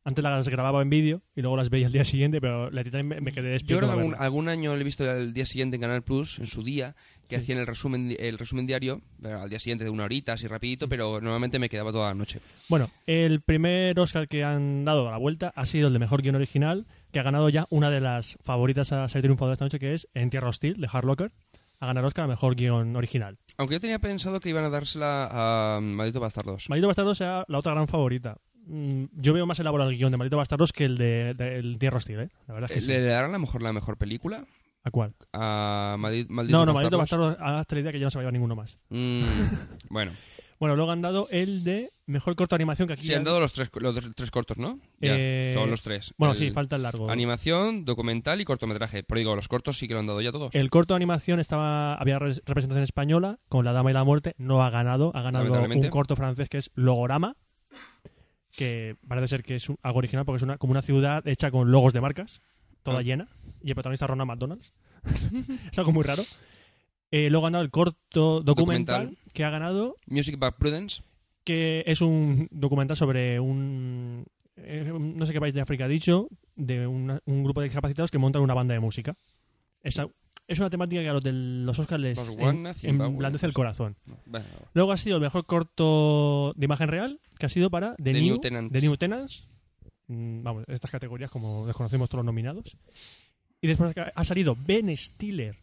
S3: Antes las grababa en vídeo y luego las veía al día siguiente, pero la Titanic me, me quedé
S2: Yo
S3: despierto.
S2: creo que
S3: para
S2: algún,
S3: verla.
S2: algún año lo he visto al día siguiente en Canal Plus, en su día, que
S3: Sí.
S2: hacían el resumen, di- el resumen diario, bueno, al día siguiente de una horita, así
S3: Mm.
S2: rapidito, pero normalmente me quedaba toda la noche.
S3: Bueno, el primer Oscar que han dado a la vuelta ha sido el de mejor guión original, que ha ganado ya una de las favoritas a ser triunfadora esta noche, que es En Tierra Hostil, de Hard Locker, a ganar Oscar a mejor guión original.
S2: Aunque yo tenía pensado que iban a dársela a Maldito Bastardos. Eh,
S3: Maldito Bastardo sea la otra gran favorita. Mm, Yo veo más elaborado el guión de Maldito Bastardos que el de, de- el Tierra Hostil, ¿eh? La verdad es que
S2: Eh,
S3: sí.
S2: ¿Le darán a lo mejor la mejor película?
S3: ¿A cuál?
S2: A Maldi- Maldito
S3: No, no, Maldito
S2: Bastardos.
S3: Bastardo, hazte la idea que ya no se va a llevar ninguno más.
S2: Mm, bueno,
S3: Bueno, luego han dado el de mejor corto de animación que aquí.
S2: se han dado los tres, los dos- tres cortos, ¿no? Ya,
S3: Eh,
S2: son los tres.
S3: Bueno,
S2: El-
S3: sí, falta el largo.
S2: Animación, documental y cortometraje. Pero digo, los cortos sí que lo han dado ya todos.
S3: El corto de animación estaba había res- representación española con La Dama y la Muerte, no ha ganado, ha ganado
S2: Lamentablemente.
S3: un corto francés que es Logorama, que parece ser que es un- algo original porque es una, como una ciudad hecha con logos de marcas, toda
S2: Ah.
S3: llena, y el protagonista es Ronald McDonald's. es algo muy raro. Eh, luego ha ganado el corto documental,
S2: Documental.
S3: que ha ganado,
S2: Music by Prudence.
S3: que es un documental sobre un eh, no sé qué país de África ha dicho, de una- un grupo de discapacitados que montan una banda de música. Esa- es una temática que a los de los Oscars les
S2: Los
S3: en-
S2: Warner, Zimbabue,
S3: emblandece el
S2: pues.
S3: corazón.
S2: No, bueno,
S3: Luego ha sido el mejor corto de imagen real, que ha sido para The,
S2: The
S3: New,
S2: New Tenants.
S3: The New Tenants. Mm, Vamos, estas categorías como desconocemos todos los nominados. Y después ha ha salido Ben Stiller,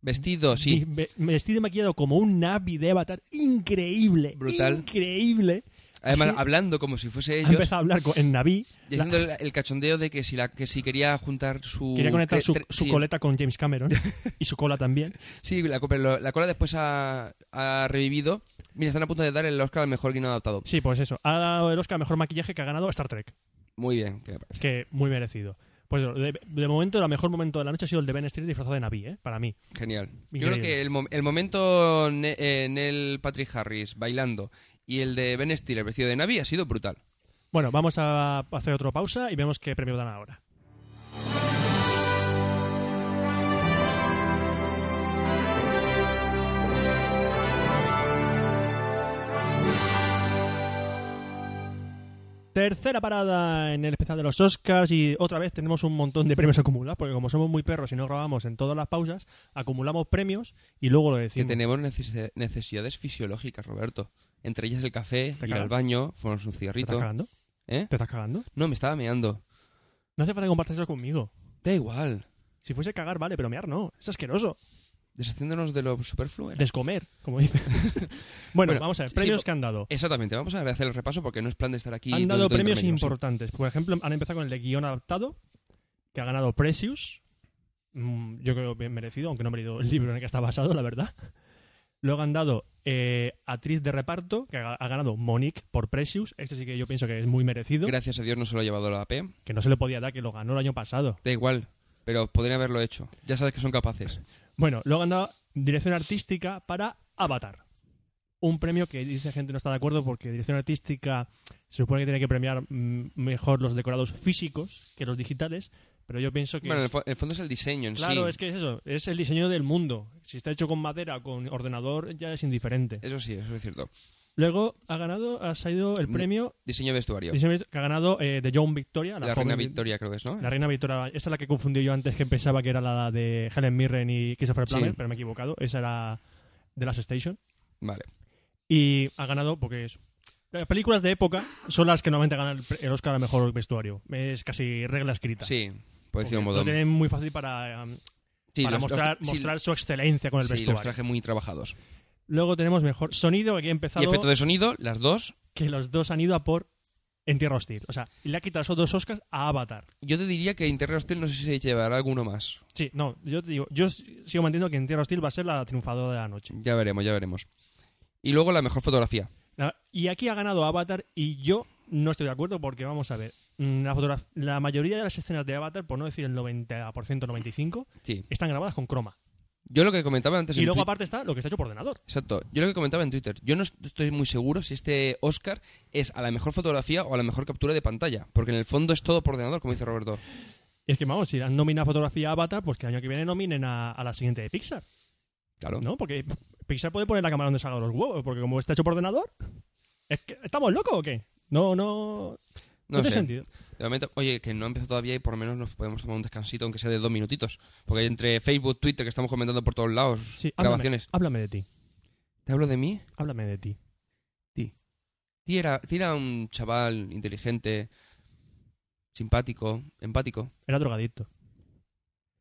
S2: Vestido,
S3: y
S2: Oh, sí.
S3: ve- vestido y maquillado como un Navi de Avatar, increíble,
S2: Brutal.
S3: increíble.
S2: Además,
S3: así-
S2: hablando como si fuese
S3: Ha
S2: ellos.
S3: empezado a hablar con- en Naví. la-
S2: Diciendo el, el cachondeo de que si, la, que si quería juntar su...
S3: quería conectar
S2: tre-
S3: su,
S2: Uh, tre-
S3: su
S2: sí,
S3: coleta con James Cameron y su cola también.
S2: Sí, la, co- pero lo- la cola después ha, ha revivido. Mira, están a punto de dar el Oscar al mejor guion adaptado.
S3: Sí, pues eso. Ha dado el Oscar a mejor maquillaje que ha ganado a Star Trek,
S2: Muy bien. ¿qué me parece?
S3: que muy merecido. Pues de, de momento, el mejor momento de la noche ha sido el de Ben Stiller disfrazado de Naví, ¿eh? para mí.
S2: Genial. Yo
S3: Increíble.
S2: creo que el, mo- el momento ne- eh, Neil Patrick Harris bailando y el de Ben Stiller vestido de Navi ha sido brutal.
S3: Bueno, vamos a hacer otra pausa y vemos qué premio dan ahora. Tercera parada en el especial de los Oscars y otra vez tenemos un montón de premios acumulados porque como somos muy perros y no grabamos en todas las pausas, acumulamos premios y luego lo
S2: Que
S3: decimos.
S2: tenemos necesi- necesidades fisiológicas, Roberto. Entre ellas el café,
S3: Te
S2: ir
S3: cagas.
S2: al baño, fumarnos un
S3: ¿Te estás
S2: cigarrito.
S3: cagando?
S2: ¿Eh?
S3: ¿Te estás cagando?
S2: No, me estaba meando.
S3: No hace falta que compartas eso conmigo.
S2: Da igual.
S3: Si fuese cagar, vale, pero mear no. Es asqueroso.
S2: Deshaciéndonos de lo superfluo. era.
S3: descomer, como dice. bueno,
S2: Bueno,
S3: vamos a ver,
S2: sí,
S3: premios
S2: sí,
S3: que han dado.
S2: Exactamente, vamos a agradecer el repaso porque no es plan de estar aquí.
S3: Han
S2: todo
S3: dado
S2: el
S3: premios
S2: intermedio, sí.
S3: importantes. Por ejemplo, han empezado con el de guión adaptado, que ha ganado Precious. Mm, Yo creo bien merecido, aunque no me he leído el libro en el que está basado, la verdad. Luego han dado eh, actriz de reparto, que ha, ha ganado Monique por Precious. Este sí que yo pienso que es muy merecido.
S2: Gracias a Dios no se lo ha llevado la AP.
S3: que no se le podía dar, que lo ganó el año pasado.
S2: Da igual, pero podrían haberlo hecho. Ya sabes que son capaces.
S3: Bueno, luego han dado dirección artística para Avatar. Un premio que dice gente no está de acuerdo porque dirección artística se supone que tiene que premiar mm, mejor los decorados físicos que los digitales, pero yo pienso que...
S2: Bueno, en el,
S3: es-
S2: fo- en el fondo es el diseño en
S3: claro,
S2: sí.
S3: es que es eso, es el diseño del mundo. Si está hecho con madera o con ordenador ya es indiferente.
S2: Eso sí, eso es cierto.
S3: Luego ha ganado, ha salido el
S2: Mm.
S3: premio
S2: Diseño de vestuario.
S3: diseño que ha ganado eh, de John Victoria, la,
S2: la
S3: joven
S2: reina
S3: vi-
S2: Victoria creo que es, ¿no?
S3: La reina Victoria, esa es la que confundí yo antes que pensaba que era la de Helen Mirren y Christopher
S2: Sí.
S3: Plummer, pero me he equivocado. Esa era de Last Station.
S2: Vale.
S3: Y ha ganado porque es. Las películas de época son las que normalmente ganan el pre- el Oscar al mejor vestuario. Es casi regla escrita.
S2: Sí, por
S3: Porque
S2: decirlo un modo.
S3: Lo tienen muy fácil para, um,
S2: Sí,
S3: para
S2: los- los-
S3: mostrar,
S2: sí,
S3: mostrar su excelencia con el
S2: sí, los
S3: vestuario.
S2: trajes muy trabajados.
S3: Luego tenemos mejor sonido. Aquí he
S2: Y
S3: empezado
S2: efecto de sonido, las dos.
S3: que los dos han ido a por En Tierra Hostil. O sea, le ha quitado esos dos Oscars a Avatar.
S2: Yo te diría que Interior Hostel no sé si se llevará alguno más.
S3: Sí, no, yo te digo, yo s- sigo manteniendo que En Tierra Hostil va a ser la triunfadora de la noche.
S2: Ya veremos, ya veremos. Y luego la mejor fotografía.
S3: La- Y aquí ha ganado Avatar y yo no estoy de acuerdo porque vamos a ver. mm, La, fotograf- la mayoría de las escenas de Avatar, por no decir el 90%, 95%,
S2: Sí.
S3: están grabadas con croma.
S2: Yo lo que comentaba antes
S3: Y
S2: en
S3: luego
S2: Twitter-
S3: aparte está lo que está hecho por ordenador.
S2: Exacto. Yo lo que comentaba en Twitter, yo no est- estoy muy seguro si este Oscar es a la mejor fotografía o a la mejor captura de pantalla, porque en el fondo es todo por ordenador, como dice Roberto.
S3: Y es que vamos, si han nominado fotografía a Avatar, pues que el año que viene nominen a, a la siguiente de Pixar,
S2: Claro.
S3: ¿no? Porque Pixar puede poner la cámara donde salga los huevos, porque como está hecho por ordenador, es que ¿estamos locos o qué? No, no... No,
S2: No
S3: tiene
S2: sé.
S3: sentido.
S2: De momento, oye, que no ha empezado todavía y por lo menos nos podemos tomar un descansito, aunque sea de dos minutitos. Porque entre Facebook, Twitter, que estamos comentando por todos lados,
S3: Sí, háblame,
S2: grabaciones.
S3: háblame de ti.
S2: ¿Te hablo de mí?
S3: Háblame de ti.
S2: Ti era, Ti era un chaval inteligente, simpático, empático.
S3: Era drogadicto.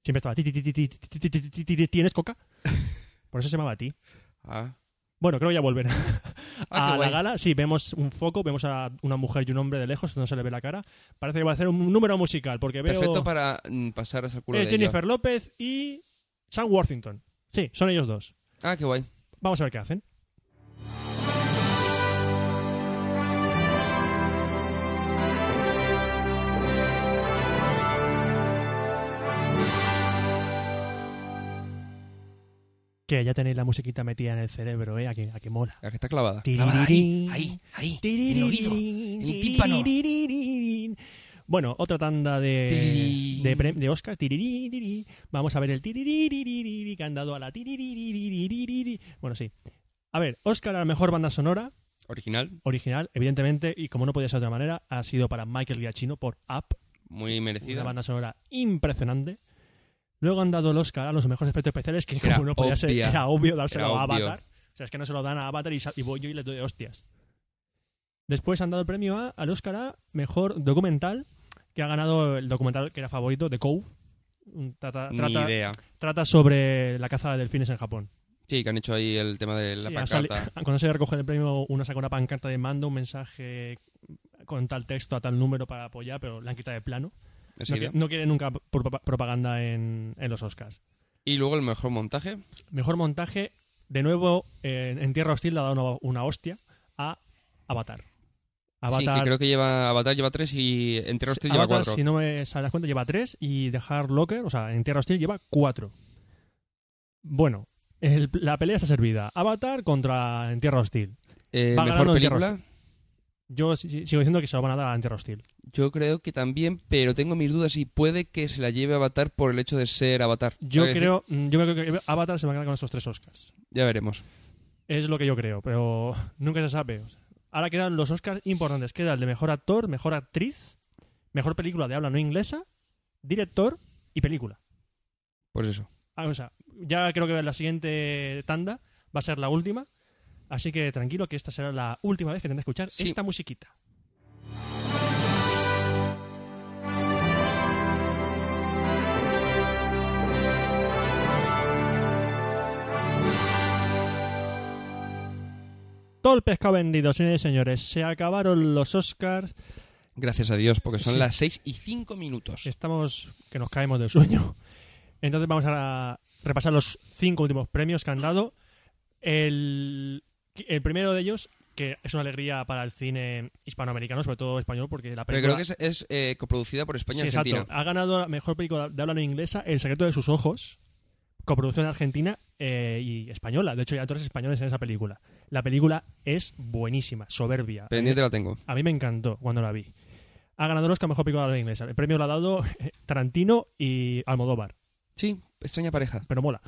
S3: Siempre estaba ti, ti, ti, ti, ti, ti, ti, ti, ti, ti, ti, ti, ¿Tienes coca? Por eso se llamaba ti.
S2: Ah,
S3: Bueno, creo que ya volverá. a
S2: Ah, qué
S3: la
S2: guay.
S3: gala, sí, vemos un foco, vemos a una mujer y un hombre de lejos, no se le ve la cara. Parece que va a hacer un número musical, porque veo
S2: Perfecto para mm, pasar ese culo
S3: eh,
S2: de
S3: Jennifer López y Sam Worthington. Sí, son ellos dos.
S2: ello. Ah, qué guay.
S3: Vamos a ver qué hacen. Que ya tenéis la musiquita metida en el cerebro, ¿eh? A que, a que mola.
S2: La que está clavada.
S3: Clavada ahí, ahí,
S2: ahí. el tímpano.
S3: Tiririrín. Bueno, otra tanda de,
S2: Tirirín.
S3: de, pre- de Oscar. Tiririrín. Vamos a ver el tiririrín que han dado a la. tiririrín. Bueno, sí. A ver, Oscar a la mejor banda sonora
S2: Original,
S3: original, evidentemente, y como no podía ser de otra manera, ha sido para Michael Giacchino por Up,
S2: muy merecida.
S3: una banda sonora impresionante. Luego han dado el Oscar a los mejores efectos especiales, que
S2: Era
S3: como no podía ser,
S2: obvia.
S3: era obvio dárselo
S2: Era
S3: a
S2: obvio.
S3: Avatar. O sea, es que no se lo dan a Avatar y, sa- y voy yo y les doy hostias. Después han dado el premio a, al Oscar a Mejor Documental, que ha ganado el documental que era favorito, The Cove. Un- Trata,
S2: Ni
S3: trata-
S2: idea.
S3: trata sobre la caza de delfines en Japón.
S2: Sí, que han hecho ahí el tema de la
S3: Sí, ha sali-
S2: pancarta.
S3: cuando se recoge el premio, uno saca una pancarta de mando, un mensaje con tal texto a tal número para apoyar, pero la han quitado de plano.
S2: Esa
S3: No,
S2: idea.
S3: qui- no quiere nunca pro- propaganda en, en los Oscars.
S2: Y luego el mejor montaje.
S3: Mejor montaje, de nuevo, eh, en Tierra Hostil le ha dado una, una hostia a Avatar.
S2: Sí,
S3: Avatar,
S2: que creo que lleva Avatar lleva tres y entre los tres lleva
S3: Avatar,
S2: cuatro.
S3: si no me sale la cuenta, lleva tres y dejar Locker, o sea, en Tierra Hostil lleva cuatro. Bueno, el- la pelea está servida. Avatar contra en Tierra Hostil.
S2: Eh,
S3: va
S2: mejor
S3: ganando en Tierra
S2: película.
S3: Yo si- si- sigo diciendo que se lo van a dar a en Tierra Hostil.
S2: Yo creo que también, pero tengo mis dudas y puede que se la lleve Avatar por el hecho de ser Avatar.
S3: Yo
S2: Es decir,
S3: creo, mm, yo creo que Avatar se va a quedar con estos tres Oscars.
S2: Ya veremos.
S3: Es lo que yo creo, pero nunca se sabe. O sea, Ahora quedan los Oscars importantes. Queda el de mejor actor, mejor actriz, mejor película de habla no inglesa, director y película.
S2: Pues eso.
S3: Ah, o sea, ya creo que la siguiente tanda va a ser la última. Así que tranquilo que esta será la última vez que tendré que escuchar
S2: Sí.
S3: esta musiquita. Todo el pescado vendido, señores y señores. Se acabaron los Oscars.
S2: Gracias a Dios, porque son
S3: Sí.
S2: las seis y cinco minutos.
S3: pues Estamos que nos caemos del sueño. Entonces vamos a repasar los cinco últimos premios que han dado. El, el primero de ellos, que es una alegría para el cine hispanoamericano, sobre todo español, porque la
S2: Pero
S3: película...
S2: creo que es, es, eh, coproducida por España y
S3: Sí,
S2: Argentina.
S3: exacto. Ha ganado la mejor película de habla no inglesa, El secreto de sus ojos, coproducción argentina eh, y española. De hecho, hay actores españoles en esa película. La película es buenísima, soberbia.
S2: Pendiente la tengo.
S3: A mí me encantó cuando la vi. Ha ganado el Oscar Mejor Película de la Inglesa. El premio lo ha dado eh, Tarantino y Almodóvar,
S2: Sí, extraña pareja.
S3: pero mola.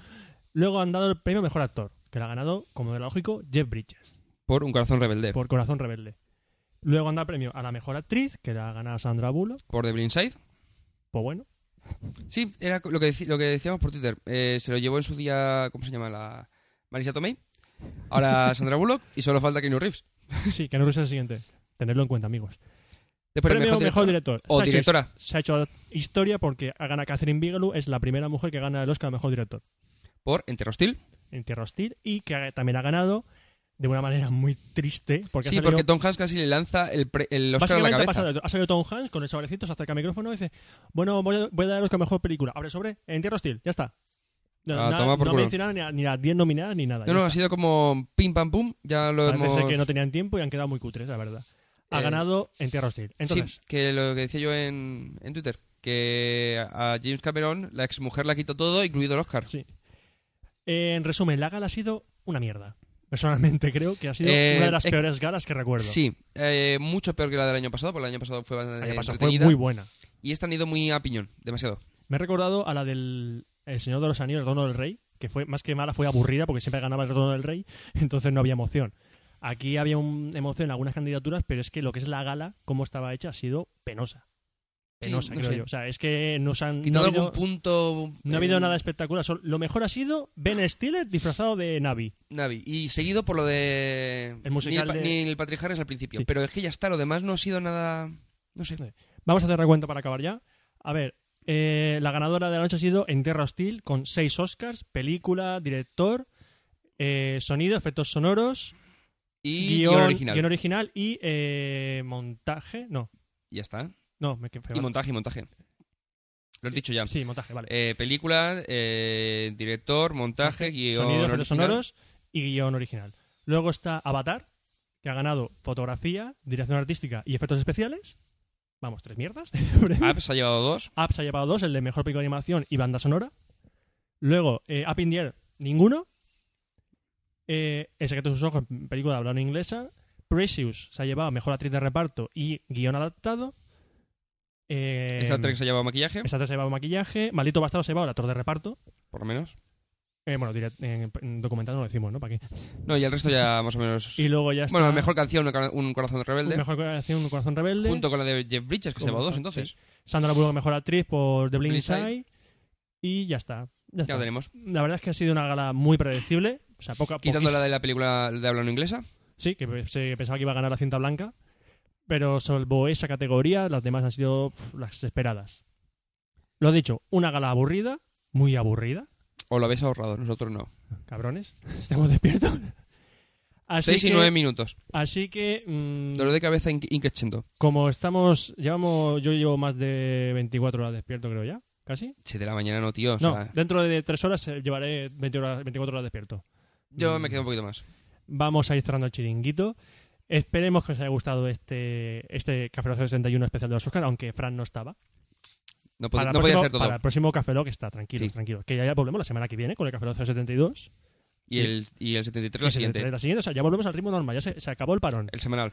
S3: Luego han dado el premio Mejor Actor, que lo ha ganado, como de lógico, Jeff Bridges,
S2: Por un corazón rebelde. Por,
S3: por Corazón Rebelde. Luego han dado el premio a la Mejor Actriz, que la ha ganado Sandra Bullock,
S2: The Blind Side.
S3: pues bueno.
S2: Sí, era lo que, deci- lo que decíamos por Twitter. Eh, se lo llevó en su día, ¿cómo se llama? La Marisa Tomei. Ahora Sandra Bullock y solo falta Keanu Reeves.
S3: Sí, que no es el siguiente. Tenerlo en cuenta, amigos.
S2: Después el
S3: premio
S2: mejor,
S3: Mejor Director.
S2: director. O
S3: Se ha hecho-
S2: directora.
S3: se ha hecho historia porque gana Catherine Bigelow, es la primera mujer que gana el Oscar Mejor Director.
S2: Por Entero Hostil.
S3: en Tierra Hostil y que ha- también ha ganado de una manera muy triste porque ha
S2: Sí,
S3: salido-
S2: porque Tom Hanks casi le lanza el, pre- el Oscar a la
S3: básicamente ha,
S2: cabeza.
S3: pasado- ha salido Tom Hanks con el sobrecito se acerca al micrófono y dice bueno voy a, voy a dar Oscar a mejor película abre sobre en Tierra Hostil ya está no,
S2: Ah,
S3: nada-
S2: toma por
S3: no
S2: culo.
S3: menciona ni, a- ni las 10 nominadas ni nada
S2: No,
S3: ya
S2: no, ha
S3: está.
S2: sido como pim pam pum. Ya lo
S3: parece
S2: hemos.
S3: ser que no tenían tiempo y han quedado muy cutres la verdad ha
S2: Eh,
S3: ganado en Tierra Hostil entonces
S2: Sí, que lo que decía yo en, en Twitter. Que a James Cameron, la exmujer, la quitó todo, incluido el Oscar.
S3: sí. Eh, en resumen la gala ha sido una mierda personalmente creo que ha sido
S2: Eh,
S3: una de las
S2: es que-
S3: peores galas que recuerdo
S2: Sí, eh, mucho peor que la del año pasado, porque el año pasado fue
S3: la
S2: bastante
S3: que pasó fue
S2: entretenida.
S3: muy buena
S2: Y esta han ido muy a piñón, demasiado.
S3: Me he recordado a la del El Señor de los Anillos, el Retorno del Rey, que fue más que mala, fue aburrida porque siempre ganaba el Retorno del Rey, entonces no había emoción. Aquí había un emoción en algunas candidaturas, pero es que lo que es la gala, cómo estaba hecha, ha sido penosa.
S2: Sí,
S3: Penosa, Eh,
S2: no
S3: creo
S2: sé.
S3: yo. O sea, es que nos han. No ha,
S2: Quitando algún
S3: habido,
S2: punto.
S3: no ha
S2: eh,
S3: habido nada espectacular. Sol- Lo mejor ha sido Ben Stiller disfrazado de Navi.
S2: Navi. Y seguido por lo de.
S3: El musical
S2: Neil, Pa-
S3: de-
S2: Neil Patrick Harris al principio.
S3: Sí.
S2: Pero es que ya está, lo demás no ha sido nada. No sé.
S3: Vamos a hacer recuento para acabar ya. A ver, eh, la ganadora de la noche ha sido En Tierra Hostil, con seis Oscars, película, director, eh, sonido, efectos sonoros,
S2: Y guión, original.
S3: guión original y eh, montaje. No,
S2: Ya está.
S3: no, me quedé feo.
S2: Y montaje, y montaje. Lo has dicho ya.
S3: Sí, montaje, vale.
S2: Eh, película, eh, director, montaje, guión.
S3: sonido, efectos
S2: original.
S3: sonoros y guión original. Luego está Avatar, que ha ganado fotografía, dirección artística y efectos especiales. Vamos, tres mierdas. de premio.
S2: Ah, pues ha llevado dos.
S3: Apps ha llevado dos, el de mejor película de animación y banda sonora. Luego, eh, Up in the Air, ninguno. Eh, el secreto de sus ojos, película de habla no inglesa. Precious se ha llevado mejor actriz de reparto y guión adaptado. Eh,
S2: Esta tres ha llevado maquillaje,
S3: esa tres se ha llevado maquillaje. Maldito Bastardo se ha llevado el actor de reparto.
S2: por lo menos.
S3: Eh, bueno, direct- en, en documental no lo decimos, ¿no? ¿Para qué?
S2: No, y el resto ya más o menos.
S3: Y luego ya está.
S2: Bueno, mejor canción, un cora- un corazón rebelde.
S3: Mejor creación, Un corazón rebelde.
S2: Junto con la de Jeff Bridges, que se
S3: Como-
S2: llevó dos
S3: sí.
S2: entonces.
S3: Sandra Bullock, mejor actriz por The Blind
S2: Blind Side.
S3: Side. Y ya está. Ya
S2: Ya
S3: está.
S2: lo tenemos.
S3: La verdad es que ha sido una gala muy predecible. O sea, poca,
S2: Quitando la
S3: poquis-
S2: de la película de habla no inglesa.
S3: Sí, que pe- se pensaba que iba a ganar la cinta blanca. Pero salvo esa categoría, las demás han sido pf, las esperadas. Lo dicho, una gala aburrida, muy aburrida.
S2: O lo habéis ahorrado, nosotros no.
S3: Cabrones, estamos despiertos. Así
S2: Seis
S3: que,
S2: y nueve minutos.
S3: así que mm,
S2: Dolor de cabeza in- increchendo.
S3: como estamos, llevamos, yo llevo más de 24 horas despierto, creo ya, casi.
S2: Siete de la mañana no, tío. o
S3: no,
S2: sea,
S3: dentro de tres horas eh, llevaré 20 horas, 24 horas despierto.
S2: yo
S3: Mm.
S2: me quedo un poquito más.
S3: vamos a ir cerrando el chiringuito. Esperemos que os haya gustado este, este Café Lock 61 especial de los Oscar, aunque Fran no estaba.
S2: No, pod-
S3: Para, el
S2: no podía
S3: próximo-
S2: ser todo.
S3: para el próximo Café Lock está, tranquilos,
S2: Sí.
S3: tranquilos. Que ya, ya volvemos la semana que viene con el Café Lock 72.
S2: Y,
S3: sí.
S2: el, y el 73 la siguiente.
S3: La siguiente, o sea, ya volvemos al ritmo normal, ya se, se acabó el parón.
S2: El semanal.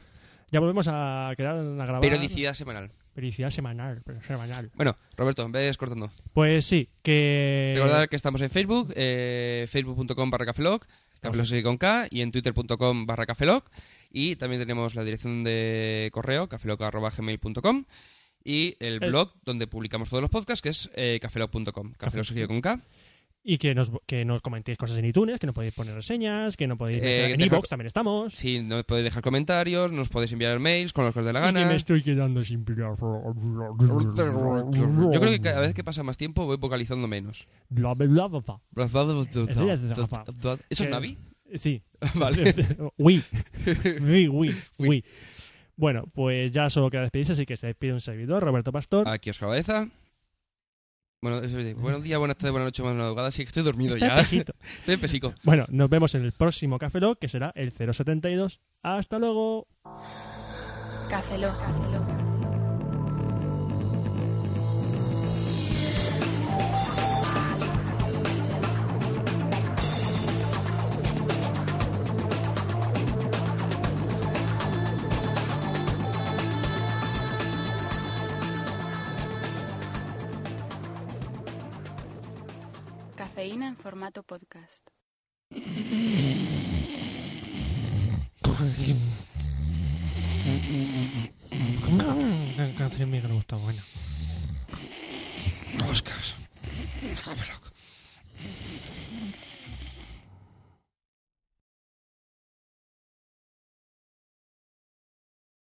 S3: Ya volvemos a quedar a grabar.
S2: Periodicidad semanal.
S3: Periodicidad semanal, pero semanal.
S2: Bueno, Roberto, ves cortando.
S3: Pues sí, que...
S2: Recordad que estamos en Facebook, eh, facebook.com barra cafeloc, cafeloc sigue con K, y en twitter.com barra cafeloc. Y también tenemos la dirección de correo, cafeloc.gmail.com, y el
S3: Eh.
S2: blog donde publicamos todos los podcasts, que es eh, cafeloc.com, cafeloc sigue con K.
S3: Y que nos, que nos comentéis cosas en iTunes, que nos podéis poner reseñas, que no podéis...
S2: Eh,
S3: en
S2: deja-
S3: iVoox también estamos.
S2: Si nos podéis dejar comentarios, nos podéis enviar mails con los que os dé la
S3: Y que me
S2: gana.
S3: estoy quedando sin pilar.
S2: Yo creo que cada vez que pasa más tiempo voy vocalizando menos.
S3: Bla, bla, bla, bla, bla.
S2: ¿Eso es
S3: Que-
S2: Navi?
S3: Sí.
S2: Vale.
S3: Oui. Oui, oui, oui. Bueno, pues ya solo queda despedirse, así que se despide un servidor, Roberto Pastor.
S2: Aquí os cabeza. Bueno, es- es- buenos días, buenas tardes, buenas noches, buenas madrugadas. Sí, que estoy dormido
S3: Está
S2: ya.
S3: pejito.
S2: Estoy pesico.
S3: Bueno, nos vemos en el próximo Café Lock, que será el 072. Hasta luego.
S4: Café Lock. Cafeína en formato podcast.
S3: canción mía que no me gusta, bueno.
S2: Oscars. Havelock.